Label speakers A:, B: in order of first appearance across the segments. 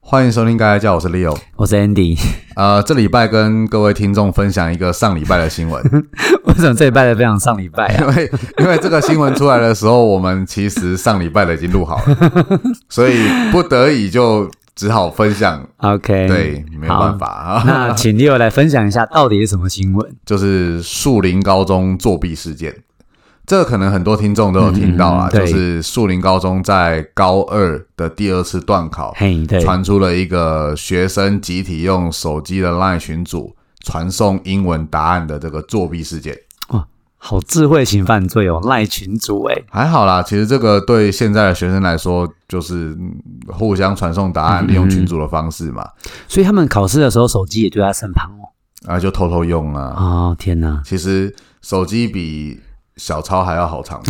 A: 欢迎收听《盖盖叫》，我是 Leo。
B: 我是 Andy，
A: 呃，这礼拜跟各位听众分享一个上礼拜的新 闻，
B: 为什么这礼拜的非常上礼拜啊？
A: 因为因为这个新闻出来的时候，我们其实上礼拜的已经录好了，所以不得已就只好分享。
B: 啊 OK，
A: 对，没有办法啊，
B: 哎那请 Leo 来分享一下到底是什么新闻？
A: 就是树林高中作弊事件，这可能很多听众都有听到啊，
B: 嗯嗯嗯
A: 就
B: 对
A: 是树林高中在高二的第二次段考，
B: 嘿，对，
A: 哦传出了一个学生集体用手机的 LINE 群组传送英文答案的这个作弊事件。
B: 好智慧型犯罪哦，赖群主哎，
A: 还好啦，其实这个对现在的学生来说，就是嗯互相传送答案，利用群组的方式嘛，
B: 所以他们考试的时候手机也就在身旁哦。
A: 啊，就偷偷用啊。
B: 哦，天哪，
A: 其实手机比小抄还要好长，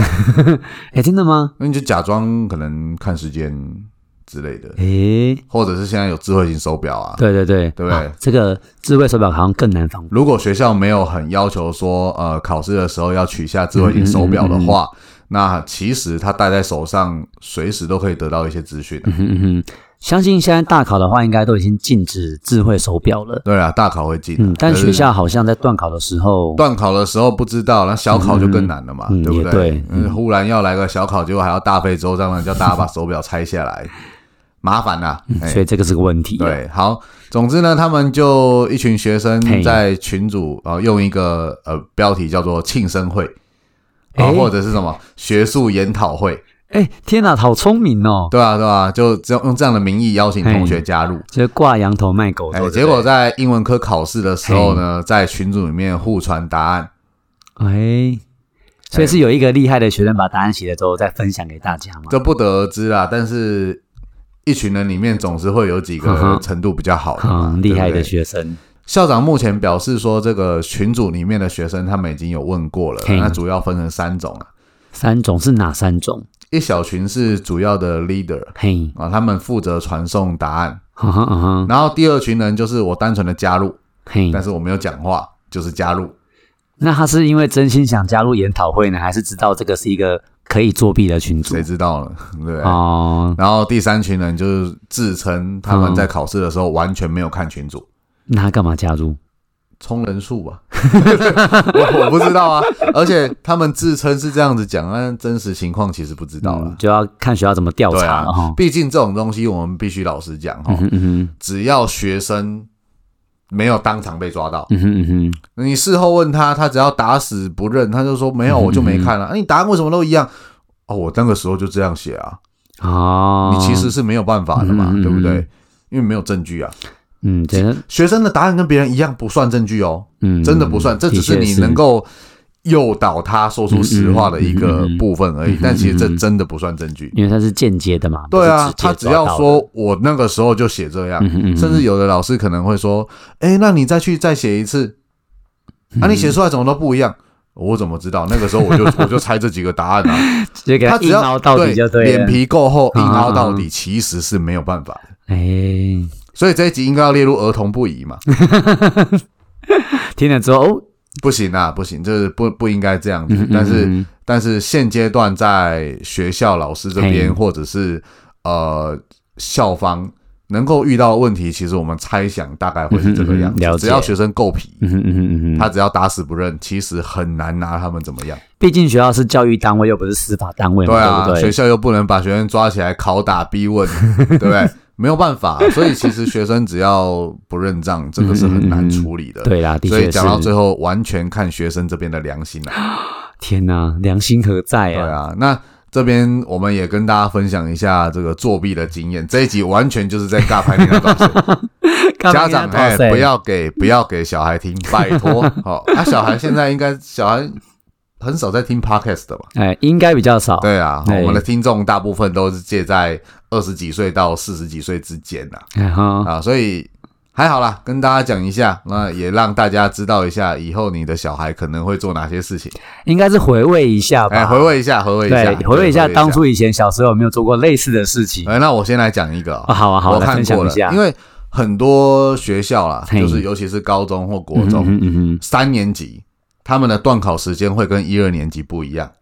B: 哎，真的吗？
A: 那你就假装可能看时间之类的，
B: 哎，
A: 或者是现在有智慧型手表啊，
B: 对对对，
A: 对不对
B: 啊这个智慧手表好像更难防。
A: 如果学校没有很要求说，呃，考试的时候要取下智慧型手表的
B: 嗯
A: 话，那其实它戴在手上，随时都可以得到一些资讯、
B: 嗯哼嗯哼，相信现在大考的话，应该都已经禁止智慧手表了。
A: 对啊，大考会进、
B: 嗯，但
A: 可是
B: 学校好像在断考的时候，
A: 段考的时候不知道，那小考就更难了嘛，
B: 嗯嗯
A: 对不
B: 也对
A: 嗯，忽然要来个小考，结果还要大费周章的叫大家把手表拆下 来，麻烦啦、哎
B: 所以这个是个问题。，啊
A: 对，好，总之呢，他们就一群学生
B: 嘿
A: 在群组啊、呃用一个呃标题叫做庆生会，啊、
B: 哎
A: 或者是什么学术研讨会，
B: 哎，天哪，好聪明哦，
A: 对啊，对啊，就这样用这样的名义邀请同学加入。
B: 就是挂羊头卖狗
A: 哎、
B: 肉。
A: 结果在英文科考试的时候呢，在群组里面互传答案，
B: 哎，所以是有一个厉害的学生把答案写了之后再分享给大家嘛？
A: 这不得而知啦。但是，一群人里面总是会有几
B: 嗯
A: 个
B: 哼
A: 程度比较好的嘛，
B: 嗯，
A: 对不
B: 厉害的
A: 对
B: 学生，
A: 校长目前表示说，这个群组里面的学生他们已经有问过了，
B: 嘿
A: 那主要分成三种啊。
B: 三种是哪三种？
A: 一小群是主要的 leader
B: 嘿，
A: 啊，他们负责传送答案，
B: 嗯哼嗯哼，
A: 然后第二群人就是我单纯的加入，
B: 嘿
A: 但，是我没有讲话，就是加入。
B: 那他是因为真心想加入研讨会呢，还是知道这个是一个可以作弊的群组
A: 谁？知道呢？对不对？
B: 哦，
A: 然后第三群人就是自称他们在考试的时候完全没有看群组，
B: 那他干嘛加入？
A: 充人数吧， 我我不知道啊。而且他们自称是这样子讲，但真实情况其实不知道了
B: 嗯。就要看学校怎么调
A: 对
B: 查
A: 啊
B: 了哈，。
A: 毕竟这种东西我们必须老实讲哈
B: 嗯，哼嗯哼
A: 只要学生没有当场被抓到，
B: 嗯哼嗯哼，
A: 你事后问他，他只要打死不认，他就说没
B: 嗯
A: 有，我就没看了。啊你答案为什么都一样？哦，我那个时候就这样写啊，
B: 哦，
A: 你其实是没有办法的嘛，
B: 嗯嗯嗯
A: 对不对
B: 嗯？
A: 因为没有证据啊。
B: 嗯，真的，
A: 学生的答案跟别人一样不算证据哦，
B: 嗯，
A: 真的不算，这只是
B: 的确
A: 你能够诱导他说出实话的一个部分而已
B: 嗯嗯嗯嗯嗯。嗯
A: 但其实这真的不算证据。
B: 因为它是间接的嘛。
A: 对啊，
B: 不
A: 他
B: 是
A: 只
B: 直接抓
A: 要
B: 到的，
A: 说我那个时候就写这样，
B: 嗯嗯嗯
A: 甚至有的老师可能会说：“哎，那你再去再写一次，
B: 嗯
A: 啊，你写出来怎么都不一样。”我怎么知道？那个时候 我就我就猜这几个答案啊，
B: 就给
A: 他
B: 他
A: 只
B: 硬
A: 要
B: 凹到底就对了。
A: 脸皮够厚，硬凹到
B: 啊
A: 底其实是没有办法的。
B: 哎，
A: 所以这一集应该要列入儿童不宜嘛？
B: 听了之后，哦，
A: 不行啊，不行，就是不不应该这样子
B: 嗯。
A: 但是
B: 嗯嗯
A: 但是现阶段在学校老师这边
B: 嘿
A: 或者是呃校方能够遇到的问题，其实我们猜想大概会是这个样
B: 嗯哼嗯哼
A: 子。
B: 了解
A: 只要学生够皮，
B: 嗯哼嗯哼嗯哼，
A: 他
B: 他
A: 只要打死不认，其实很难拿他们怎么样。
B: 毕竟学校是教育单位，又不是司法单位嘛，
A: 啊，
B: 嗯对不
A: 学
B: 对？
A: 校又不能把学生抓起来拷打逼 问，对不对？没有办法，所以其实学生只要不认账，这个是很
B: 嗯
A: 难处理的。
B: 对啦，的
A: 所以
B: 确是
A: 讲。到最后，完全看学生这边的良心了、啊
B: 天哪，良心何在
A: 对
B: 啊？
A: 啊，那这边我们也跟大家分享一下这个作弊的经验。这一集完全就是在尬拍你的短 视
B: 干嘛
A: 家
B: 跟他
A: 长哎
B: 道，歉
A: 不要给不要给小孩听，拜 托。好、那、小孩现在应该小孩很少在听 podcast 的吧？
B: 哎，应该比较少。
A: 对啊，
B: 对
A: 我们的听众大部分都是介在二十几岁到四十几岁之间呐、
B: 哎哈，
A: 啊，所以。还好啦，跟大家讲一下，那也让大家知道一下，以后你的小孩可能会做哪些事情。
B: 应该是回味一下
A: 哎，
B: 吧。
A: 回味一下，回味一下，
B: 对，回味一下当初以前小时候有没有做过类似的事情
A: 哎，那我先来讲一个、哦
B: 啊？好啊，好啊，
A: 我
B: 来
A: 看
B: 分
A: 过
B: 享一
A: 了
B: 下。，
A: 因为很多学校啦，
B: 嘿
A: 就是尤其是高中或国
B: 嗯
A: 中、
B: 哼嗯哼，
A: 三年级，他们的段考时间会跟一二年级不一样。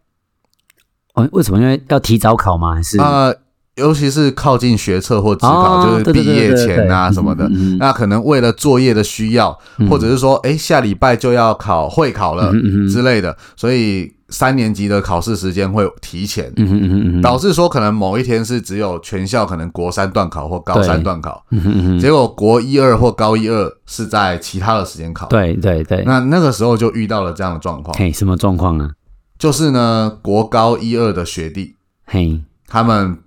B: 哦，为什么？因为要提早考吗？还是
A: 那、啊尤其是靠近学测或职考，
B: 哦
A: 就是
B: 对对
A: 毕
B: 对
A: 业
B: 对对
A: 前啊
B: 对
A: 什么的，
B: 嗯嗯嗯
A: 那可能为了作业的需要，或者是说，哎、下礼拜就要考会考了
B: 嗯嗯嗯
A: 之类的，所以三年级的考试时间会提前，
B: 嗯哼嗯哼嗯哼，
A: 导致说可能某一天是只有全校可能国三段考或高三段考，
B: 嗯哼嗯哼，
A: 结果国一二或高一二是在其他的时间考。，
B: 对对对，
A: 那那个时候就遇到了这样的状况，
B: 嘿，什么状况啊？
A: 就是呢，国高一二的学弟
B: 嘿
A: 他们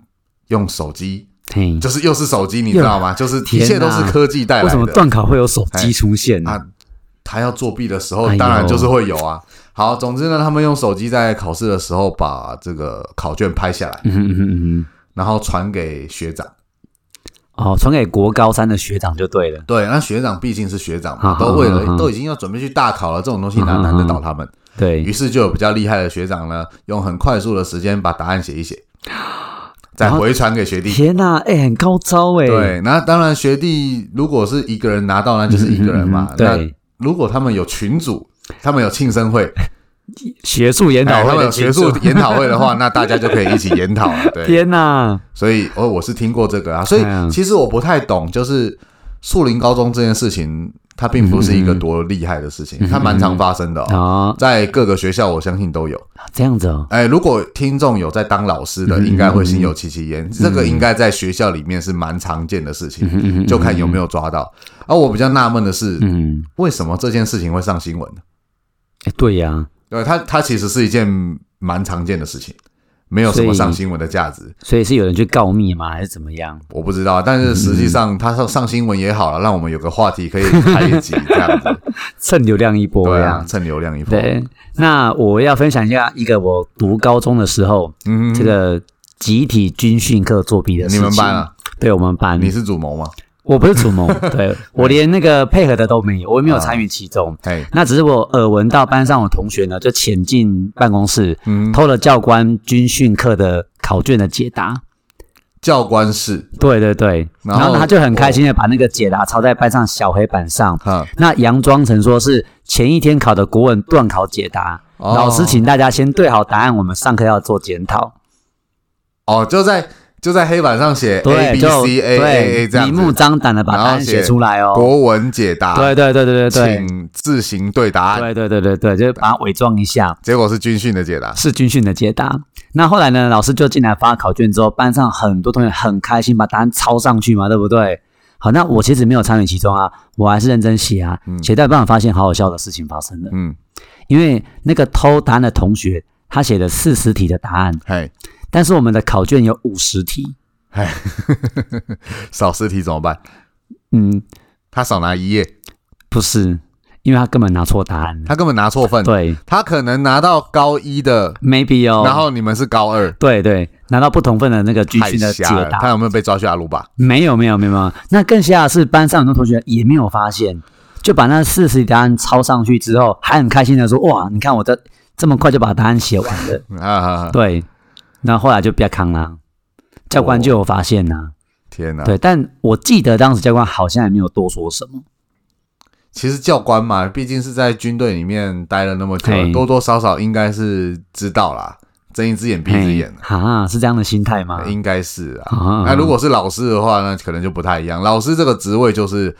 A: 用手机，
B: 嘿，
A: 就是又是手机，你知道吗？就是一切
B: 嗯天
A: 都
B: 哪
A: 是科技带
B: 为什
A: 来
B: 么
A: 的。
B: 断考会有手机出现呢
A: 啊？他要作弊的时候
B: 哎，呦
A: 当然就是会有啊。好，总之呢，他们用手机在考试的时候把这个考卷拍下来，
B: 嗯哼嗯哼嗯
A: 然后传给学长。
B: 哼，哦，传给国高三的学长就对了。
A: 对，那学长毕竟是学长嘛，
B: 好好
A: 都为了
B: 好好
A: 都已经要准备去大考了，这种东西哪
B: 嗯嗯
A: 难得
B: 嗯
A: 倒他们？于
B: 对，
A: 是就有比较厉害的学长呢，用很快速的时间把答案写一 写，再
B: 然后
A: 回传给学弟。
B: 天呐，哎，很高招哎。
A: 对，那当然学弟如果是一个人拿到，那就是一个人嘛。
B: 嗯嗯嗯嗯对
A: 那如果他们有群组，他们有庆生会，
B: 学术 研
A: 哎
B: 讨
A: 他们
B: 会的
A: 有
B: 群
A: 学
B: 组
A: 术 研讨会 的话，那大家就可以一起研讨了。对，
B: 天呐，
A: 所以哦我我是听过这个啊，所以
B: 哎呀
A: 其实我不太懂，就是树林高中这件事情，它并不是
B: 嗯
A: 一个多厉害的事情，它蛮常发生的、哦。
B: 啊，
A: 在各个学校，我相信都有。
B: 这样子哦，
A: 哎，如果听众有在当老师
B: 嗯
A: 的，应该会心有戚戚焉。这个应该在学校里面是蛮常见的事情，
B: 嗯
A: 就看有没有抓到。而我比较纳闷的是，
B: 嗯，
A: 为什么这件事情会上新闻呢？
B: 哎，对呀，
A: 对，它它其实是一件蛮常见的事情，没有什么上新闻的价值。
B: 所以嗯是有人去告密吗？还是怎么样？
A: 我不知道，但是实际上它上上新闻也好了，让我们有个话题可以开一集这 样子。
B: 蹭流量一波
A: 对
B: 呀
A: 啊，。蹭流量一波。
B: 对，那我要分享一下一个我读高中的时候，
A: 嗯，
B: 这个集体军训课作弊的事
A: 你
B: 情。
A: 们班啊？
B: 对我们班，
A: 你是主谋吗？
B: 我不是主谋， 对我连那个配合的都没有，我也没
A: 啊
B: 有参与其中。
A: 嘿，
B: 那只是我耳闻到班上有同学呢，就潜进办公室，
A: 嗯，
B: 偷了教官军训课的考卷的解答。
A: 教官是，
B: 对对对，
A: 然
B: 然
A: 后哦
B: 后他就很开心的把那个解答抄在班上小黑板上。
A: 哈，哦
B: 那佯装成说是前一天考的国文段考解答，
A: 哦
B: 老师请大家先对好答案，我们上课要做检讨。
A: 哦，就在就在黑板上写 A
B: 对，
A: B
B: 就
A: C A A A 这
B: 对，
A: 样
B: 明目
A: 子，
B: 张胆的把答
A: 然后
B: 案写出来哦。
A: 国文解答，
B: 对对对对对对。
A: 请自行对答案。
B: 对对对对对，就是把它伪装一下，
A: 结果是军训的解答，
B: 是军训的解答。那后来呢，老师就进来发考卷之后，班上很多同学很开心，把答案抄上去嘛，对不对？好，那我其实没有参与其中啊，我还是认真写啊。写到一半，发现好好笑的事情发生了，
A: 嗯，
B: 因为那个偷答案的同学，他写了四十题的答案，
A: 嘿，
B: 但是我们的考卷有五十题，
A: 少十题怎么办？
B: 嗯，
A: 他少拿一页，
B: 不是，因为他根本拿错答案了。
A: 他根本拿错份，
B: 对
A: 他可能拿到高一的，
B: ，maybe 哦。
A: 然后你们是高二，
B: 对对，拿到不同份的那个军
A: 太
B: 训的解
A: 瞎了。
B: 答
A: 他，有没有被抓去阿鲁巴？
B: 没有没有没有没有，那更吓的是班上很多同学也没有发现，就把那四十答案抄上去之后，还很开心的说：“哇，你看我这这么快就把答案写完 了。
A: 啊啊，啊”
B: 对，那后来就不要扛啦，教官就有发现啦、
A: 天哪！
B: 对，但我记得当时教官好像也没有多说什么。
A: 其实教官嘛，毕竟是在军队里面待了那么久了，
B: 嘿
A: 多多少少应该是知道啦，睁一只眼闭一只眼
B: 嘿啊，是这样的心态吗？
A: 应该是啊。
B: 啊，
A: 那如果是老师的话，那可能就不太一样。老师这个职位就是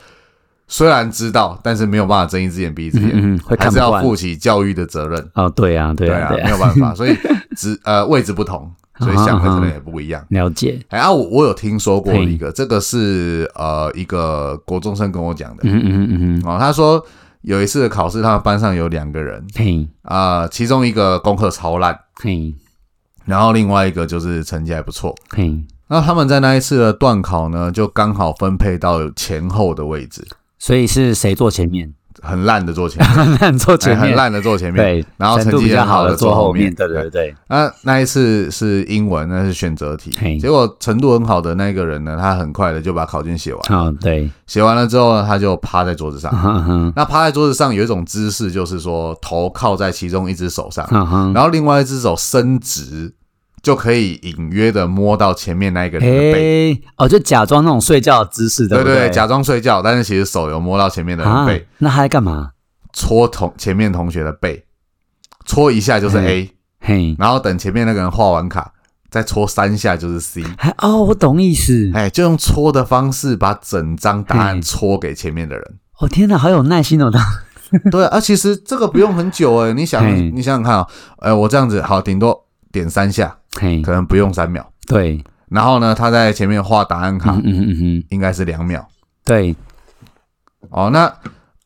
A: 虽然知道，但是没有办法睁一只眼闭一只眼，
B: 嗯嗯嗯会
A: 还
B: 看
A: 是
B: 不
A: 要
B: 惯
A: 负起教育的责任。
B: 哦，对啊，对
A: 啊
B: 啊，对，
A: 没
B: 啊，
A: 有办法， 所以职呃位置不同，所以想的可能也不一样。
B: 了解。
A: 哎啊，我我有听说过一个，这个是呃一个国中生跟我讲的
B: 嗯嗯嗯嗯，
A: 哦，他说有一次的考试，他们班上有两个人
B: 嘿
A: 啊、呃其中一个功课超烂，
B: 嘿
A: 然后另外一个就是成绩还不错，
B: 嘿，
A: 那他们在那一次的段考呢，就刚好分配到前后的位置，
B: 所以是谁坐前面？
A: 很烂的坐前面，
B: 很坐前
A: 哎很
B: 面，
A: 烂的坐前面。
B: 对，
A: 然后
B: 程
A: 成
B: 度
A: 绩
B: 比较
A: 很好
B: 好
A: 的
B: 的坐
A: 坐后
B: 后
A: 面哎
B: 面，对对对，
A: 那那一次是英文，那是选择题
B: 嘿。
A: 结果程度很好的那个人呢，他很快的就把考卷写完。
B: 好哦对，嗯
A: 写完了之后呢，他就趴在桌子上。
B: 哈哈
A: 那趴在桌子上有一种姿势，就是说头靠在其中一只手上，
B: 哈哈，
A: 啊然后另外一只手伸直，就可以隐约的摸到前面那一个人的背。
B: 哎，哦，就假装那种睡觉的姿势，
A: 对
B: 不
A: 对
B: 对，
A: 假装睡觉，但是其实手有摸到前面的人
B: 啊
A: 背。，
B: 那他在干嘛？
A: 戳同前面
B: 嗯
A: 同学的背，戳一下就是 A，、
B: 嘿，
A: 然后等前面那个人画完卡，再戳三下就是 C。
B: 还哦，我懂意思。
A: 哎，就用戳的方式把整张答案
B: 嘿
A: 戳给前面的人。
B: 哦天哪，好有耐心哦，他
A: 对啊，其实这个不用很久哎、你想
B: 嘿
A: 你想想看啊、呃，我这样子好，顶多点三下，
B: 嘿
A: 可，能不用三秒。
B: 对，
A: 然后呢，他在前面画答案卡，
B: 嗯嗯嗯嗯，
A: 应该是两秒
B: 对，
A: 哦。那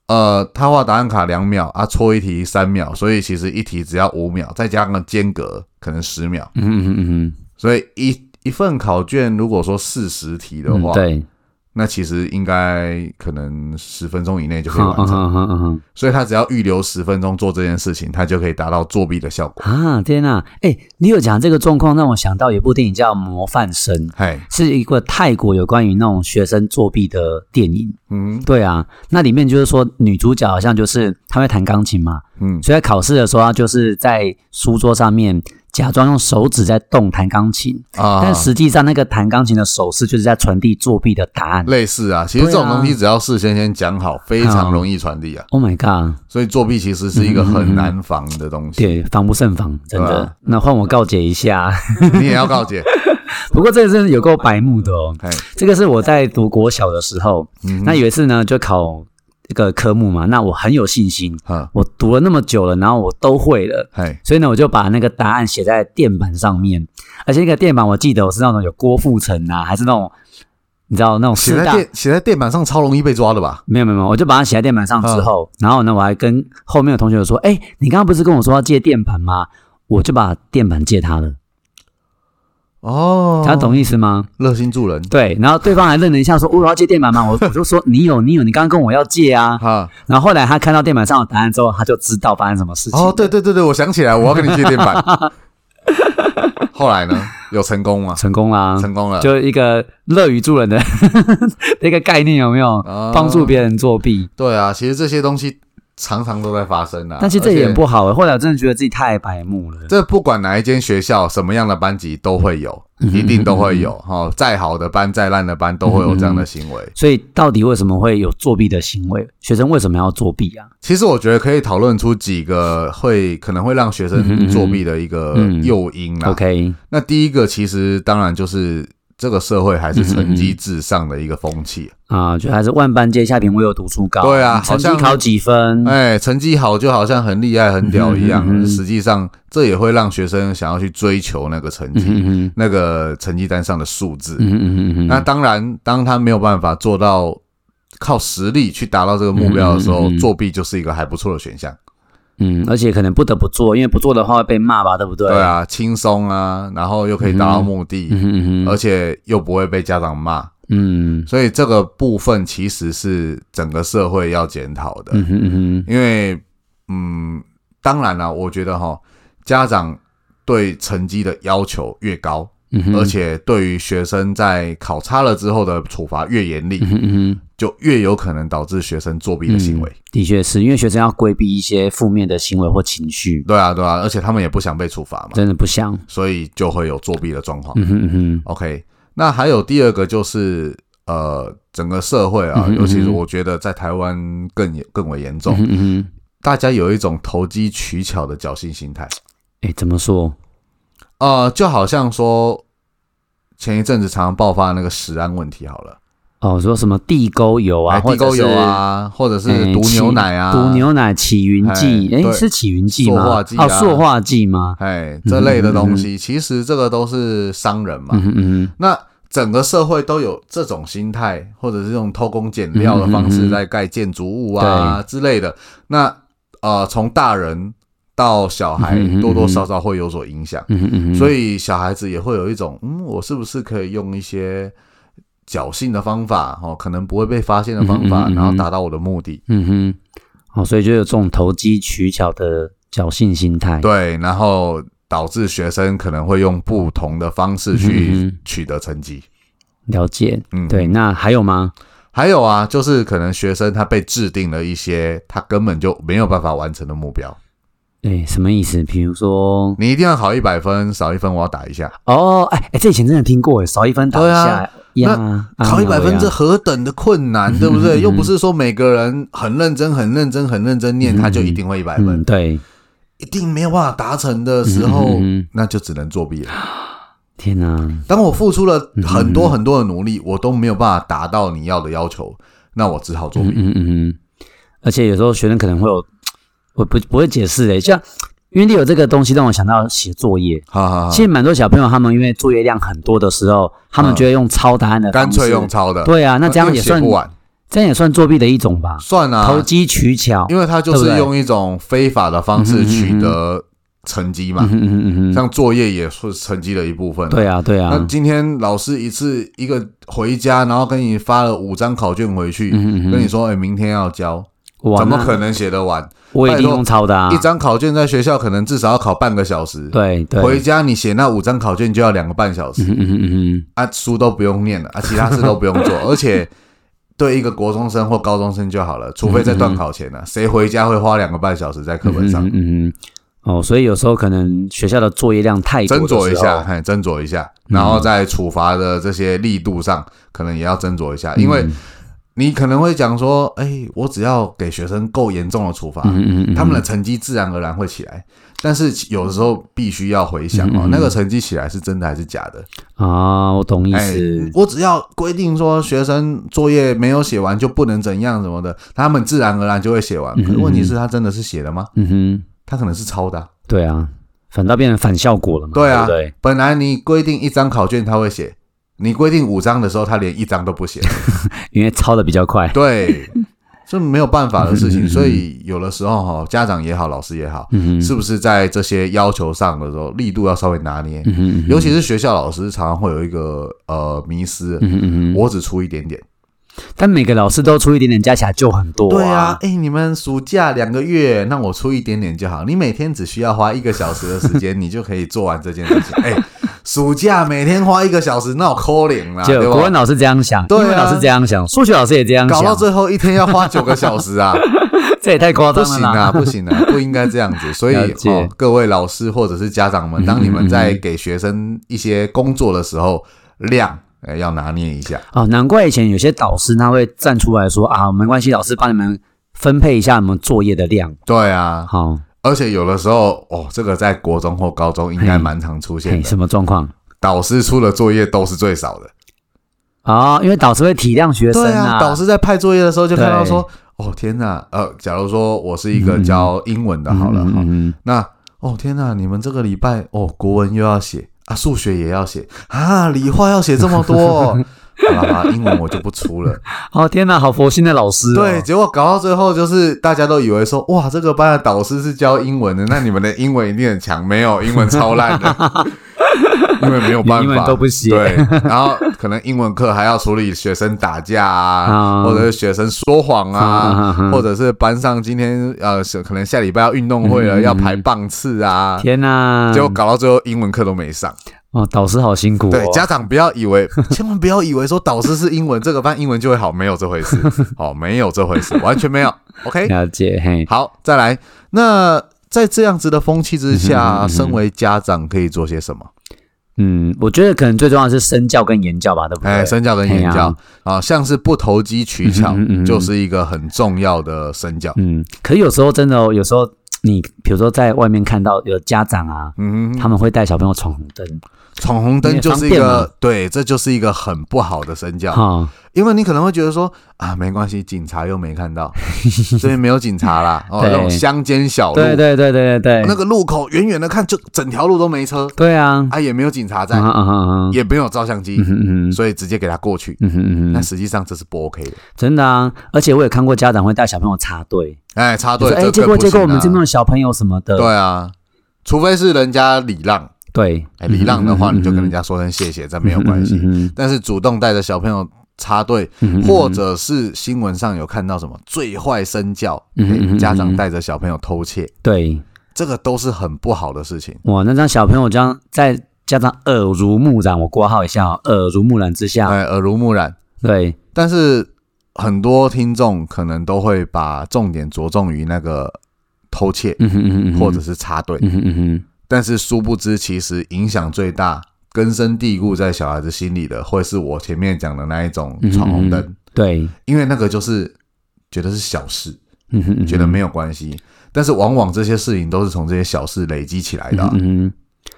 A: 呃，他画答案卡两秒啊，错一题三秒，所以其实一题只要五秒，再加上间隔可能十秒，
B: 嗯嗯嗯嗯
A: 所以一一份考卷如果说四十题的
B: 嗯
A: 话，
B: 嗯，对，
A: 那其实应该可能十分钟以内就可以
B: 嗯
A: 完
B: 嗯
A: 成。
B: 嗯嗯嗯
A: 所以他只要预留十分钟做这件事情，他就可以达到作弊的效果。
B: 啊，天哪，哎，你有讲这个状况，让我想到有部电影叫《模范生》。
A: 嘿，
B: 是一个泰国有关于那种学生作弊的电影，
A: 嗯
B: 对啊，那里面就是说女主角好像就是她会弹钢琴嘛，
A: 嗯，
B: 所以在考试的时候，她就是在书桌上面假装用手指在动弹钢琴，
A: 啊，
B: 但实际上那个弹钢琴的手势就是在传递作弊的答案。
A: 类似啊，其实这种
B: 对啊
A: 东西只要事先先讲好，非常容易传递啊。
B: Oh my god！
A: 所以作弊其实是一个很难防的东西，
B: 对，防不胜防，真
A: 对
B: 的。
A: 啊
B: 那换我告解一下，
A: 你也要告诫。
B: 不过这个真的有够白目的哦。
A: 嘿，
B: 这个是我在读国小的时候，
A: 嗯
B: 那有一次呢，就考这个科目嘛，那我很有信心，
A: 哼，
B: 我读了那么久了，然后我都会了，
A: 嘿，
B: 所以呢，我就把那个答案写在垫板上面，而且那个垫板我记得我是那种有郭富城啊，还是那种你知道那种
A: 写
B: 四
A: 在
B: 大。
A: 电写在电板上超容易被抓的吧？
B: 没有没有没有，我就把它写在垫板上之后，然后呢，我还跟后面的同学说：“哎、你刚刚不是跟我说要借垫板吗？我就把垫板借他了。
A: 哦，
B: 他懂意思吗？
A: 热心助人，
B: 对。然后对方还愣了一下，说：“哦我要借垫板吗？”我我就说：“你有你有，你刚刚跟我要借啊。
A: 哈，”
B: 然后后来他看到垫板上的答案之后，他就知道发生什么事情。
A: 哦，对对对对，我想 起来，我要跟你借电板。后来呢？有成功吗？
B: 成功啦、
A: 成功了，
B: 就一个乐于助人的那个概念有没有？
A: 哦
B: 帮助别人作弊，
A: 对啊，其实这些东西常常都在发生啊。
B: 但其实这
A: 而且
B: 也不好、欸。后来我真的觉得自己太白目了。
A: 这不管哪一间学校，什么样的班级都会有，
B: 嗯
A: 一定都会有哈、哦。再好的班，再烂的班，都会有这样的行为。
B: 所以到底为什么会有作弊的行为？学生为什么要作弊啊？
A: 其实我觉得可以讨论出几个会可能会让学生作弊的一个诱因啦。
B: 嗯 OK，
A: 那第一个其实当然就是这个社会还
B: 嗯
A: 是成绩至上的一个风气。
B: 啊、就还是万般皆下品，唯有读书高。
A: 对啊
B: 你成绩
A: 好像
B: 考几分？
A: 哎，成绩好就好像很厉害、很屌一样，
B: 嗯嗯嗯嗯
A: 实际上这也会让学生想要去追求那个成绩、
B: 嗯嗯
A: 那个成绩单上的数字。
B: 嗯嗯嗯嗯
A: 那当然，当他没有办法做到靠实力去达到这个目标的时候，
B: 嗯嗯嗯嗯
A: 作弊就是一个还不错的选项。
B: 嗯，而且可能不得不做，因为不做的话会被骂吧，对不对？
A: 对，啊，轻松啊，然后又可以达到目的，
B: 嗯嗯
A: 而
B: 嗯
A: 且又不会被家长骂，
B: 嗯
A: 所以这个部分其实是整个社会要检讨的。
B: 嗯嗯
A: 因为，嗯，当然啦、我觉得哈，家长对成绩的要求越高，
B: 嗯嗯，
A: 而且对于学生在考差了之后的处罚越严厉，
B: 嗯嗯
A: 就越有可能导致学生作弊的行为。
B: 的确是因为学生要规避一些负面的行为或情绪，
A: 对啊，对啊，而且他们也不想被处罚嘛，
B: 真的不想。
A: 所以就会有作弊的状况。
B: 嗯哼嗯哼，
A: OK，那还有第二个就是呃，整个社会啊，
B: 嗯哼
A: 尤其
B: 嗯
A: 是
B: 哼
A: 我觉得在台湾更严更为严重，
B: 嗯哼，
A: 大家有一种投机取巧的侥幸心态。
B: 哎，怎么说？
A: 呃，就好像说前一阵子常常爆发那个食安问题好了，
B: 哦，说什么地沟油啊，
A: 哎地沟油啊，或者
B: 或者
A: 是
B: 是，
A: 毒
B: 哎起
A: 牛奶啊，
B: 毒牛奶、起云剂，
A: 哎
B: 哎，
A: 对
B: 是起云剂吗？
A: 塑化剂啊
B: 哦，塑化剂吗？
A: 哎这类的东西，其实这个都是商人嘛
B: 嗯。哼嗯哼，
A: 那整个社会都有这种心态，或者是用偷工减料的方
B: 嗯嗯嗯
A: 式
B: 嗯
A: 在盖建筑物啊之类的。那呃，从大人到小孩
B: 嗯嗯嗯，嗯
A: 多多少少会有所影响，
B: 嗯哼嗯哼，
A: 所
B: 以
A: 以小孩子也会有一种，嗯，我是不是可以用一些侥幸的方法，哦，可能不会被发现的方法，
B: 嗯嗯嗯嗯嗯
A: 然后达到我的目的。
B: 嗯哼，哦，所以就有这种投机取巧的侥幸心态。
A: 对，然后导致学生可能会用不同的方式
B: 嗯嗯
A: 去
B: 嗯
A: 取得成绩。
B: 了解。
A: 嗯，
B: 对，那还有吗？
A: 还有啊，就是可能学生他被制定了一些他根本就没有办法完成的目标。
B: 对，什么意思？比如说，
A: 你一定要考一百分，少一分我要打一下。
B: 哦，哎哎，这以前真的听过，哎，少一分打一下
A: 对啊
B: 呀，
A: 考一百分这
B: 这
A: 何等的困
B: 嗯
A: 难，对不对？又不是说每个人很认真、很认真、很认真念，他就一定会一百
B: 嗯，
A: 分，
B: 对，
A: 一定没有办法达成的时候
B: 嗯嗯嗯嗯，
A: 那就只能作弊了。
B: 天哪，
A: 当我付出了很多很多的努力，我都没有办法达到你要的要求，那我只好作弊。
B: 嗯嗯嗯，而且有时候学生可能会有，我不不会解释诶、像因为你有这个东西让我想到写作业。
A: 哈哈
B: 其
A: 哈，
B: 实蛮多小朋友他们因为作业量很多的时候，他们就会用抄答案的
A: 干
B: 方式，
A: 脆用抄的，
B: 对啊，那
A: 因为
B: 这样也
A: 写
B: 算
A: 不完，
B: 这样也算作弊的一种吧，
A: 算啊，
B: 投机取巧。
A: 因为他就
B: 对不
A: 是
B: 对
A: 用一种非法的方式取得成绩嘛
B: 嗯，嗯嗯嗯嗯，
A: 像作业也是成绩的一部分。
B: 对啊对啊
A: 那，今天老师一次一个回家，然后跟你发了五张考卷回去，
B: 嗯嗯嗯
A: 跟你说，哎、明天要交，
B: 哇
A: 怎么
B: 那
A: 可能写得完？
B: 我一定用抄的啊，
A: 一张考卷在学校可能至少要考半个小时，
B: 对对，
A: 回家你写那五张考卷就要两个半小时、
B: 嗯嗯嗯嗯
A: 啊，书都不用念了啊，其他事都不用 做，而且。对一个国中生或高中生就好了，除非在段考前呢、啊谁回家会花两个半小时在课
B: 嗯
A: 本上？
B: 嗯嗯嗯，哦，所以有时候可能学校的作业量太多
A: 斟
B: 嗯的时候，嗯
A: 酌一下，嘿，斟酌一下，然后在处罚的这些力度上，可能也要斟酌一下，因
B: 嗯
A: 为你可能会讲说，哎，我只要给学生够严重的处罚，
B: 嗯，嗯嗯嗯，
A: 他们的成绩自然而然会起来。但是有时候必须要回想
B: 嗯
A: 哦，那个成绩起来是真的还是假的？
B: 啊，我懂意
A: 哎
B: 思，，
A: 我只要规定说学生作业没有写完就不能怎样什么的，他们自然而然就会写完。可是问题是，他真的是写了吗？
B: 嗯哼，
A: 他可能是抄的啊、
B: 对啊，反倒变成反效果了嘛，
A: 对啊，
B: 不对，
A: 本来你规定一张考卷他会写，你规定五张的时候他连一张都 不写，
B: 因为抄的比较快，
A: 对，这没有办法的事 情。所以有的时候哈，家长也好，老师也好，
B: 嗯
A: 是不是在这些要求上的时候，力度要稍微拿捏？
B: 嗯哼
A: 尤其是学校老师，常常会有一个呃迷失，
B: 嗯哼嗯
A: 我只出一点点。
B: 哼，但每个老师都出一点点，加起来就很多，
A: 对啊
B: 啊，，
A: 哎，你们暑假两个月，那我出一点点就好。你每天只需要花一个小时的时间，你就可以做完这件事情。哎，暑假每天花一个小时，那我扣零啦，
B: 就
A: 啊对吧？
B: 国文老师这样想，
A: 对啊
B: 英文老师这样想，数学老师也这样
A: 搞到
B: 想，
A: 最后一天要花九个小 时啊，
B: 这也太夸
A: 不
B: 张
A: 行
B: 了啦，
A: 啊，不行啊，不应该这样子。所以
B: 了解嗯
A: 哦，各位老师或者是家长们，当你们在给学生一些工作的时候，量呃要拿捏一下。
B: 哦，难怪以前有些导师他会站出来说啊，没关系，老师帮你们分配一下你们作业的量。
A: 对啊，
B: 好，
A: 而且有的时候哦，这个在国中或高中应该蛮常出现
B: 嘿，
A: 的，
B: 什么状况
A: 导师出的作业都是最少的。
B: 啊？因为导师会体谅学生
A: 对啊，导师在派作业的时候就看到说，哦天哪，呃，假如说我是一个教英文的好了，哈、
B: 嗯，
A: 那哦天呐，你们这个礼拜哦，国文又要写啊，数学也要写啊，理化要写这么多、 好啦好啦，英文我就不出了。
B: 哦天哪，好佛心的老师、哦。
A: 对，，结果搞到最后，就是大家都以为说，哇，这个班的导师是教英文的，那你们的英文一定很强。没有，英文超烂的， 因为没有办法，
B: 英文都不写
A: 对，然后可能英文课还要处理学生打架啊，
B: 啊
A: 或者是学生说谎
B: 啊啊
A: 啊
B: 啊，
A: 或者是班上今天呃，是可能下礼拜要运动会了，要排棒次啊。
B: 嗯天哪，
A: 结果搞到最后，英文课都没上。
B: 哦，导师好辛苦、哦。
A: 对，家长不要以为， 千万不要以为说导师是英文，这个班英文就会好，没有这回 事，哦，没有这回事，完全没有。OK，
B: 了解，嘿，
A: 好，再来。那在这样子的风气之下，身为家长可以做些什么？
B: 嗯，我觉得可能最重要的是身教跟言教吧，对不对？
A: 哎，身教跟言
B: 哎
A: 教
B: 呀
A: 啊，像是不投机取巧
B: 嗯嗯嗯，嗯
A: 就是一个很重要的身教。
B: 嗯，可是有时候真的、哦，有时候你比如说在外面看到有家长啊，
A: 嗯，
B: 他们会带小朋友闯红灯，
A: 闯红灯就是一
B: 因为方便
A: 个对，这就是一个很不好的身教，
B: 哈、
A: 因为你可能会觉得说啊，没关系，警察又没看到， 这边没有警察啦，哦，
B: 对
A: 那种乡间哦小路，
B: 对对对对对对，
A: 那个路口远远的看，就整条路都没车，
B: 对啊，
A: 啊，也没有警察在
B: 啊，啊啊啊！
A: 也没有照相机
B: 嗯，哼嗯哼
A: 所以直接给他过去。
B: 嗯哼嗯
A: 那
B: 哼，
A: 实际上这是不 OK 的。
B: 真的啊！而且我也看过家长会带小朋友插队，
A: 哎，插队，
B: 就说哎，
A: 这
B: 结
A: 更
B: 果
A: 不
B: 结果我
A: 行啊
B: 们这边有小朋友什么呃的，
A: 对啊，除非是人家礼让，
B: 对，
A: 哎，礼让的话
B: 嗯
A: 你就跟人家说声谢谢，这没有关系。
B: 嗯
A: 但是主动带着小朋友插队，
B: 嗯嗯
A: 或者是新闻上有看到什么最坏身教，
B: 嗯嗯嗯
A: 哎
B: 嗯
A: 家长带着小朋友偷窃，
B: 对，
A: 这个都是很不好的事情。
B: 哇，那让小朋友这样在家长耳濡目染，我挂号一下、哦，耳濡目染之下，
A: 哎，耳濡目染。
B: 对，
A: 但是很多听众可能都会把重点着重于那个偷窃
B: 嗯哼嗯哼嗯哼，
A: 或者是插队，
B: 嗯哼嗯哼，
A: 但是殊不知，其实影响最大、根深蒂固在小孩子心里的，会是我前面讲的那一种闯红灯，
B: 嗯哼对，
A: 因为那个就是觉得是小事，
B: 嗯哼嗯哼
A: 觉得没有关系。但是往往这些事情都是从这些小事累积起来的啊、
B: 嗯哼，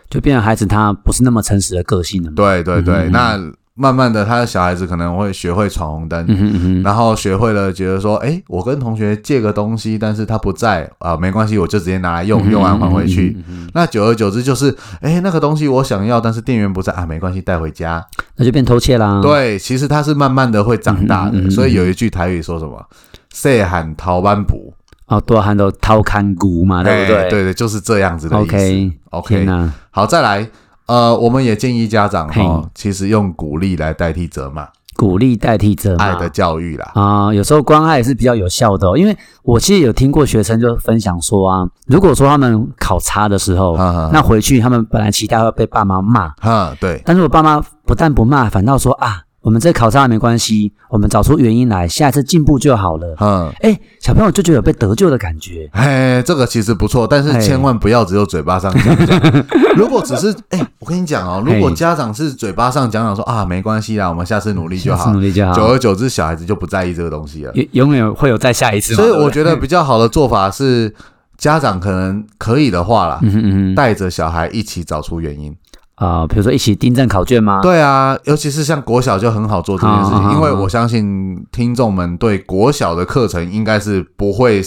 B: 就变成孩子他不是那么诚实的个性了嘛。
A: 对对对，
B: 嗯
A: 那慢慢的，他的小孩子可能会学会闯红灯，
B: 嗯哼嗯哼，
A: 然后学会了觉得说，哎，我跟同学借个东西，但是他不在啊、没关系，我就直接拿来
B: 嗯
A: 用，用完还回去。那久而久之就是，哎，那个东西我想要，但是店员不在啊，没关系，带回家。
B: 那就变偷窃啦。，
A: 对，其实他是慢慢的会长大
B: 嗯嗯嗯嗯
A: 的，
B: 嗯
A: 所以有一句台语说什么“岁喊逃班补
B: 哦，多含都掏看骨”，嘛，啊对不
A: 哎对对，就是这样子的意思。
B: ？OK，
A: OK，
B: 天哪，
A: 好，再来，呃，我们也建议家长哈、
B: 嘿
A: 哦，其实用鼓励来代替责骂，
B: 鼓励代替责
A: 爱
B: 骂
A: 的教育啦。
B: 啊、有时候关爱是比较有效的哦、因为我其实有听过学生就分享说啊，如果说他们考差的时候，
A: 哈哈
B: 那回去他们本来期待会被爸妈骂，
A: 哈，对，
B: 但是我爸妈不但不骂，反倒说啊，我们这考差没关系，我们找出原因来，下一次进步就好了。
A: 嗯，
B: 哎，小朋友就觉得有被得救的感觉，
A: 嘿，哎这个其实不错，但是
B: 嘿
A: 千万不要只有嘴巴上讲讲。 如果只是，哎、我跟你讲哦，如果
B: 嘿
A: 家长是嘴巴上讲讲说啊，没关系啦，我们下次努力就
B: 下次
A: 好
B: 努，力就
A: 久
B: 好，
A: 而久之，小孩子就不在意这个东西了。
B: 永永远会有再下一次嘛。
A: 所以
B: 对不
A: 我
B: 对
A: 觉得比较好的做法是，家长可能可以的话啦，
B: 嗯哼嗯哼
A: 带着小孩一起找出原因。
B: 啊、比如说一起订正考卷吗？
A: 对啊，尤其是像国小就很好做这件事
B: 好好
A: 情，因为
B: 好
A: 我相信听众们对国小的课程应该是不会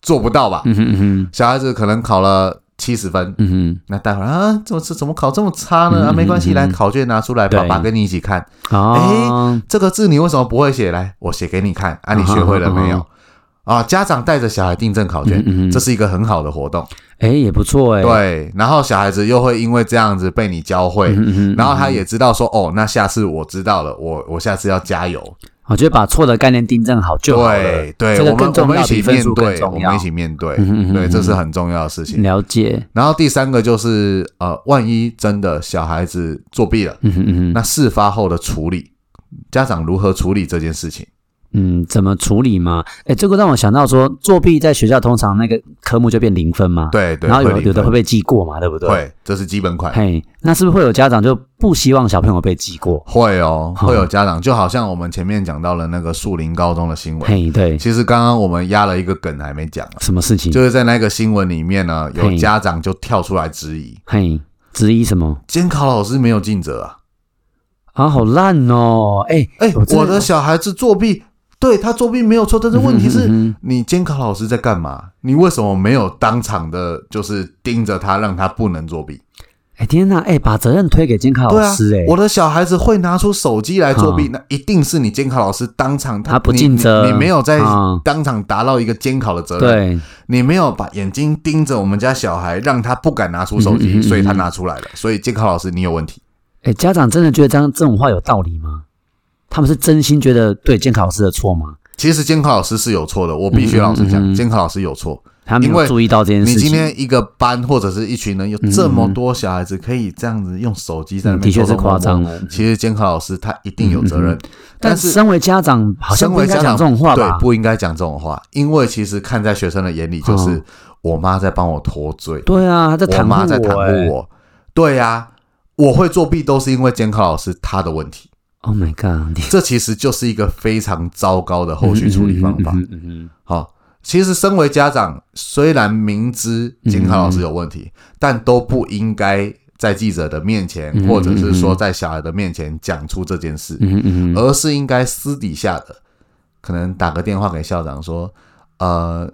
A: 做不到吧。
B: 嗯哼嗯哼
A: 小孩子可能考了七十分，
B: 嗯哼
A: 那待会儿啊，怎么怎么考这么差呢？啊，没关系，来考卷拿出来，
B: 嗯对
A: 爸爸跟你一起看。
B: 哦，
A: 这个字你为什么不会写？来，我写给你看。啊，你学会了没
B: 嗯
A: 有？啊，家长带着小孩订正考卷，
B: 嗯嗯嗯
A: 这是一个很好的活动。
B: 哎、也不错哎、
A: 对，然后小孩子又会因为这样子被你教会，
B: 嗯哼，
A: 然后他也知道说，哦，那下次我知道了，我我下次要加油。
B: 我觉得把错的概念订正好就好了。
A: 对对，
B: 这个
A: 我
B: 更
A: 们我
B: 重
A: 们
B: 要，
A: 一起
B: 比分
A: 面
B: 数更
A: 对，我
B: 重
A: 们
B: 要
A: 一。起面对
B: 嗯嗯嗯，
A: 对，
B: 嗯
A: 这是很重要的事情。
B: 了解，
A: 然后第三个就是呃，万一真的小孩子作弊了，
B: 嗯哼嗯哼，
A: 那事发后的处理，家长如何处理这件事情？
B: 嗯，怎么处理嘛？哎，这个让我想到说，作弊在学校通常那个科目就变零分嘛，
A: 对对，
B: 然后有
A: 理
B: 有的会
A: 会
B: 被记过嘛，对不对？，
A: 会，这是基本款。
B: 嘿，那是不是会有家长就不希望小朋友被记过？
A: 会哦，
B: 好
A: 会有家长，就好像我们前面讲到了那个树林高中的新闻，
B: 嘿，对，
A: 其实刚刚我们压了一个梗还没讲啊，
B: 什么事情？
A: 就是在那个新闻里面呢，有
B: 嘿
A: 家长就跳出来质疑，
B: 嘿，质疑什么
A: 监考老师没有尽责啊，
B: 啊？好烂哦！哎，
A: 哎，
B: 我真的
A: 我的小孩子作弊，对他作弊没有错，但是问题是，
B: 嗯
A: 你监考老师在干嘛？你为什么没有当场的，就是盯着他，让他不能作弊？
B: 哎天哪，哎，把责任推给监考
A: 对
B: 老
A: 啊
B: 师，哎，，
A: 我的小孩子会拿出手机来作弊，
B: 嗯
A: 那一定是你监考老师当场
B: 他不
A: 你
B: 尽责
A: 你，你没有在
B: 嗯
A: 当场达到一个监考的责任，
B: 对，
A: 你没有把眼睛盯着我们家小孩，让他不敢拿出手
B: 嗯嗯嗯
A: 机，
B: 嗯
A: 所以他拿出来了。所以监考老师你有问题，
B: 哎，家长真的觉得这样这种话有道理吗？他们是真心觉得对监考老师的错吗？
A: 其实监考老师是有错的，我必须
B: 嗯嗯
A: 老实
B: 嗯
A: 讲，
B: 嗯
A: 监考老师有错。
B: 他没
A: 因
B: 有
A: 为
B: 注意到这件
A: 你
B: 事
A: 今
B: 情。
A: 天一个班或者是一群人有这么多小孩子，可以这样子用手机在那
B: 嗯
A: 边、
B: 的确是夸张了。嗯
A: 其实监考老师他一定有责任，
B: 但
A: 是
B: 身为家长，好像
A: 身
B: 不
A: 为
B: 应该
A: 家长
B: 讲这种话吧
A: 对，？不应该讲这种话，因为其实看在学生的眼里，就是、
B: 嗯
A: 我妈在帮我脱罪，
B: 对啊，他在
A: 我
B: 袒
A: 妈在
B: 护
A: 袒
B: 我、欸
A: 护。我。对呀、我会作弊都是因为监考老师他的问题，
B: Oh my god！你
A: 这其实就是一个非常糟糕的后续处理方法。
B: 嗯嗯嗯嗯嗯
A: 好、其实身为家长，虽然明知监考老师有问题，但都不应该在记者的面前，
B: 嗯
A: 或者是说在小孩的面前讲出这件事，
B: 嗯嗯嗯嗯
A: 而是应该私底下的，可能打个电话给校长说，呃。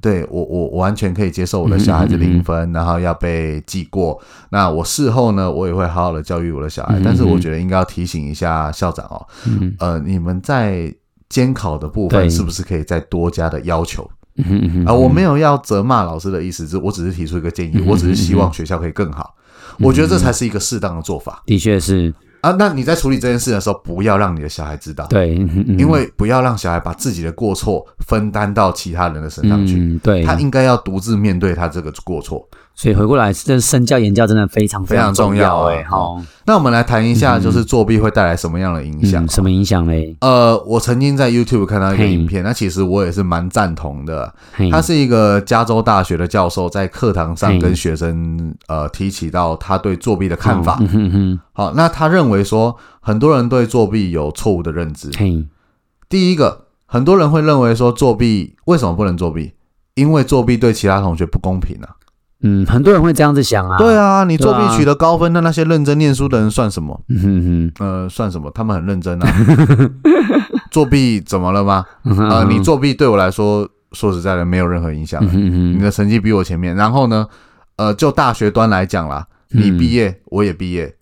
A: 对我，我我完全可以接受我的小孩子零
B: 嗯
A: 分，然后要被记过。那我事后呢，我也会好好的教育我的小孩，
B: 嗯
A: 但是我觉得应该要提醒一下校长哦，
B: 嗯
A: 呃，你们在监考的部
B: 对
A: 分是不是可以再多加的要求？
B: 嗯嗯嗯嗯
A: 啊、我没有要责骂老师的意思，只我只是提出一个建议，我只是希望学校可以更好。我觉得这才是一个适当的做法
B: 的确是
A: 啊。那你在处理这件事的时候，不要让你的小孩知道，
B: 对，嗯嗯
A: 因为不要让小孩把自己的过错分担到其他人的身上去，
B: 嗯对，
A: 他应该要独自面对他这个过错。
B: 所以回过来，这身教言教真的非常
A: 非常
B: 重
A: 重要啊
B: 哎、好，
A: 那我们来谈一下，就是作弊会带来什么样的影响、
B: 嗯嗯，什么影响嘞？
A: 呃，我曾经在 YouTube 看到一个
B: 嘿
A: 影片，那其实我也是蛮赞同的。
B: 嘿
A: 他是一个加州大学的教授，在课堂上
B: 嘿
A: 跟学生呃提起到他对作弊的看法。
B: 嗯哼哼，
A: 好，那他认为说，很多人对作弊有错误的认知。
B: 嘿，
A: 第一个，很多人会认为说，作弊为什么不能作弊？因为作弊对其他同学不公平啊。
B: 嗯，很多人会这样子想啊。
A: 对
B: 啊，
A: 啊，你作
B: 对啊
A: 弊取得高分，那那些认真念书的人算什么？
B: 嗯哼哼
A: 呃，算什么？他们很认 真啊。作弊怎么了吗？
B: 嗯哼，
A: 呃，你作弊对我来说，说实在的，没有任何影响啊
B: 嗯。哼
A: 你
B: 哼，
A: 的成绩比我前面，然后呢，呃，就大学端来讲啦，
B: 嗯
A: 你毕业我也毕业，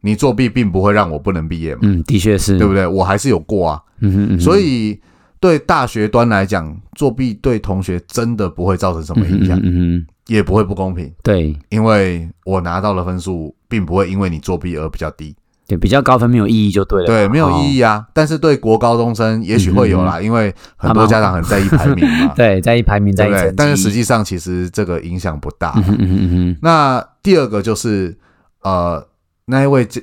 A: 你作弊并不会让我不能毕业嘛，
B: 嗯，的确是，
A: 对不对？我还是有过啊，
B: 嗯哼嗯哼，
A: 所以对大学端来讲，作弊对同学真的不会造成什么影响
B: 嗯，哼嗯哼，
A: 也不会不公平，
B: 对
A: 因为我拿到的分数并不会因为你作弊而比较低，
B: 对，比较高分没有意义就对了，哦
A: 对，没有意
B: 义。，
A: 义啊。但是对国高中生也许会有啦，因为很多家长很在意排名嘛
B: 嗯 哦对，在意排名，在
A: 对
B: 意
A: 不
B: 成
A: 对
B: 绩，？
A: 但是实际上其实这个影响不大
B: 嗯，哼嗯哼嗯哼，
A: 那第二个就是呃，那一位这。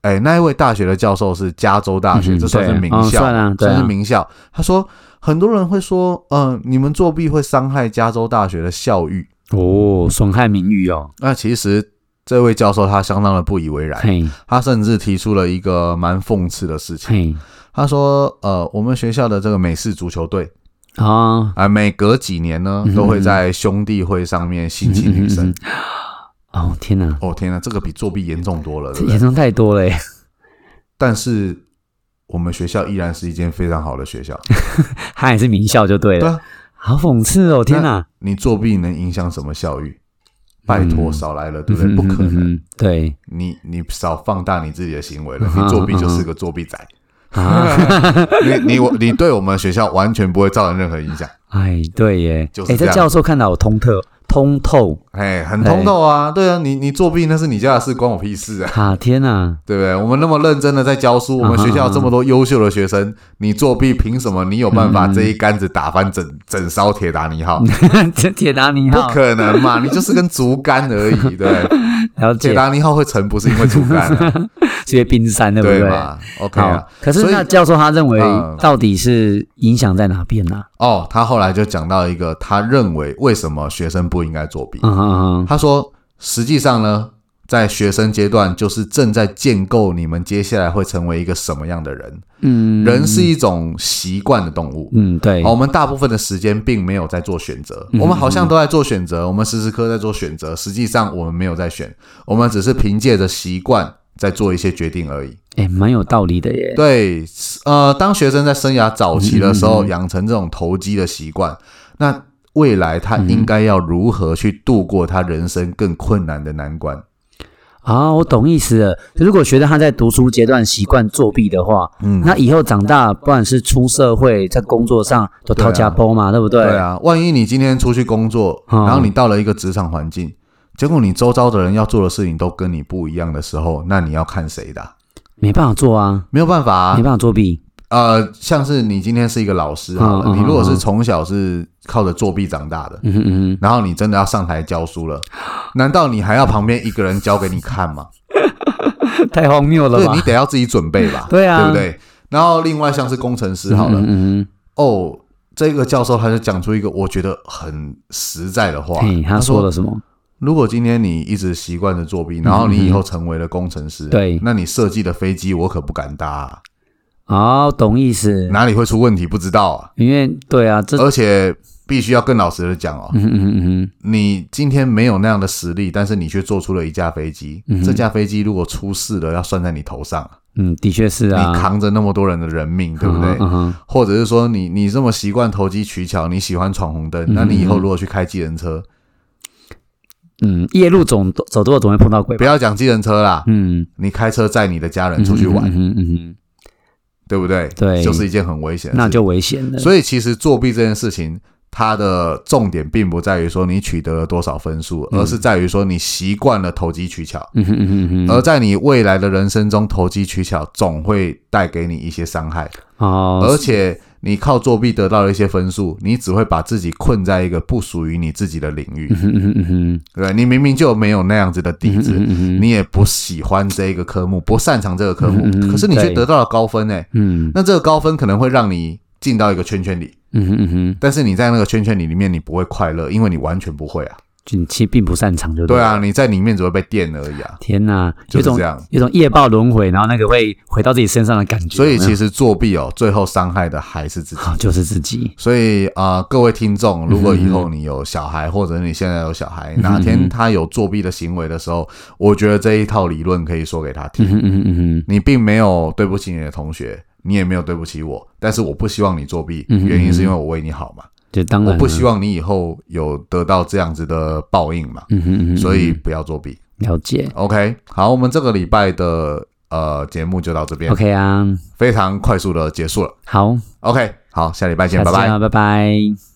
A: 哎，那一位大学的教授是加州大学，
B: 嗯
A: 这算是名
B: 对哦
A: 校，
B: 算啊对啊
A: 算是名校。他说，很多人会说，嗯、你们作弊会伤害加州大学的校誉。
B: 哦，损害名誉哦，
A: 那其实这位教授他相当的不以为然，
B: 嘿，
A: 他甚至提出了一个蛮讽刺的事情。
B: 嘿，
A: 他说，呃，我们学校的这个美式足球队
B: 啊，
A: 啊、每隔几年呢，都会在兄弟会上面性侵女生。
B: 嗯嗯哦，天哪，
A: 哦天哪，这个比作弊严重多了，对
B: 这
A: 不对
B: 严重太多了耶，
A: 但是我们学校依然是一间非常好的学校。
B: 他也是名校就对
A: 对
B: 了，
A: 啊，
B: 好讽刺哦，天哪，
A: 你作弊能影响什么效益？拜托，
B: 嗯
A: 少来了，对不对？不可
B: 嗯哼嗯
A: 能，
B: 哼对
A: 你你少放大你自己的行为了。
B: 嗯
A: 你作弊就是个作弊仔，
B: 啊，
A: 你你我你对我们学校完全不会造成任何影响，
B: 哎，对耶
A: 就，是
B: 哎，
A: 这
B: 这
A: 样
B: 教授看到我通透通透，
A: 哎，很通透啊。对啊，你你作弊那是你家的事，关我屁事啊，
B: 啊，天哪，
A: 对不对？我们那么认真的在教
B: 啊
A: 书，我们学校这么多优秀的学生，你作弊凭什么？你有办
B: 嗯
A: 法这一竿子打翻整整艘铁达尼号？
B: 这铁达尼
A: 不
B: 号，
A: 可能嘛，你就是根竹竿而已，对不 对。
B: 了
A: 铁
B: 解，
A: 达尼号会沉不是因为竹竿、啊，
B: 这些冰 山，对不对？
A: 嘛？OK 啊
B: 好，，可是
A: 所以
B: 那教授他认为
A: 嗯
B: 到底是影响在哪边啊呢？
A: 哦，他后来就讲到一个，他认为为什么学生不应该作弊？
B: 嗯嗯嗯，
A: 他说，实际上呢，在学生阶段就是正在建构你们接下来会成为一个什么样的人。
B: 嗯，
A: 人是一种习惯的动物。
B: 嗯，对嗯
A: 哦，，我们大部分的时间并没有在做选择，我们好像都在做选择，我们时时刻刻在做选择，实际上我们没有在选，我们只是凭借着习惯在做一些决定而已。
B: 哎，蛮有道理的耶。
A: 对，呃，当学生在生涯早期的时候
B: 嗯
A: 养成这种投机的习惯，那未来他应该要如何去度过他人生更困难的难关？
B: 嗯啊，我懂意思了。如果学生他在读书阶段习惯作弊的话，
A: 嗯
B: 那以后长大，不管是出社会，在工作上都
A: 对啊
B: 掏家包嘛，对不对？
A: 对啊，万一你今天出去工作，
B: 嗯
A: 然后你到了一个职场环境，结果你周遭的人要做的事情都跟你不一样的时候，那你要看谁的啊、
B: 没办法做啊，
A: 没有办法、啊
B: 没，办法作 弊。
A: 呃，像是你今天是一个老师好了，
B: 嗯嗯嗯
A: 你如果是从小是靠着作弊长大的，
B: 嗯哼嗯
A: 然后你真的要上台教书了，难道你还要旁边一个人教给你看 吗？
B: 哼，太荒谬了
A: 对，
B: 吧，
A: 你？得要自己准备吧
B: 对啊
A: 对不对？然后另外像是工程师好了，
B: 嗯嗯
A: 哦，这个教授他就讲出一个我觉得很实在的话
B: 嗯，，嘿，他说
A: 说
B: 了什么？
A: 如果今天你一直习惯着作弊，然后你以后成为了工程师，
B: 嗯对
A: 那你设计的飞机我可不敢搭、啊，
B: 哦，懂意思。
A: 哪里会出问题不知道啊，
B: 因为对啊，这
A: 而且必须要更老实的讲哦，
B: 嗯哼嗯哼嗯哼，
A: 你今天没有那样的实力，但是你却做出了一架飞机，这架飞机如果出事了，要算在你头上，
B: 嗯，的确是啊，
A: 你扛着那么多人的人命，对不对？
B: 嗯哼嗯哼
A: 或者是说你你这么习惯投机取巧，你喜欢闯红灯，那你以后如果去开计程车，
B: 嗯，夜路总走多了总会碰到鬼
A: 不
B: 吧？
A: 要讲计程车啦，
B: 嗯，
A: 你开车载你的家人出去玩，
B: 嗯哼嗯哼嗯
A: 对不对？
B: 对
A: 就是一件很危险的
B: 哼，那
A: 事情。
B: 就危险了。
A: 所以其实作弊这件事情。它的重点并不在于说你取得了多少分数，而是在于说你习惯了投机取巧，
B: 嗯哼嗯哼嗯哼，
A: 而在你未来的人生中，投机取巧总会带给你一些伤害，而
B: 哦，
A: 且你靠作弊得到了一些分数，你只会把自己困在一个不属于你自己的领域，
B: 嗯哼嗯哼嗯哼
A: 对你明明就没有那样子的底子，
B: 嗯哼
A: 你也不喜欢这一个科目，不擅长这个科目，
B: 嗯嗯嗯
A: 可是你却
B: 对
A: 得到了高分诶、
B: 嗯
A: 那这个高分可能会让你进到一个圈圈里，
B: 嗯哼嗯哼，
A: 但是你在那个圈圈里里面，你不会快乐，因为你完全不会啊。
B: 就你其实并不擅长就
A: 对
B: 了
A: 啊，你在里面只会被电而已啊。
B: 天哪，
A: 就
B: 有
A: 是
B: 种
A: 这样
B: 有种夜报轮回，然后那个会回到自己身上的感觉。
A: 所以
B: 有没有
A: 其实作弊哦，最后伤害的还是自己。
B: 啊就是自己，
A: 所以啊、呃各位听众，如果以后你有小孩，或者你现在有小孩，哪天他有作弊的行为的时候，我觉得这一套理论可以说给他听。
B: 嗯嗯嗯
A: 你并没有对不起你的同学，你也没有对不起我，但是我不希望你作弊，
B: 嗯哼
A: 原因是因为我为你好嘛，
B: 嗯，就当然
A: 我
B: 了
A: 不希，望你以后有得到这样子的报应嘛，
B: 嗯嗯嗯，
A: 所以不要作弊。
B: 了解
A: OK，好，我们这个礼拜的呃节目就到这边
B: ，OK 啊，
A: 非常快速的结束了。
B: 好，
A: OK，好，下礼拜见，
B: 下
A: 拜
B: 次见
A: 拜。
B: 啊，拜拜。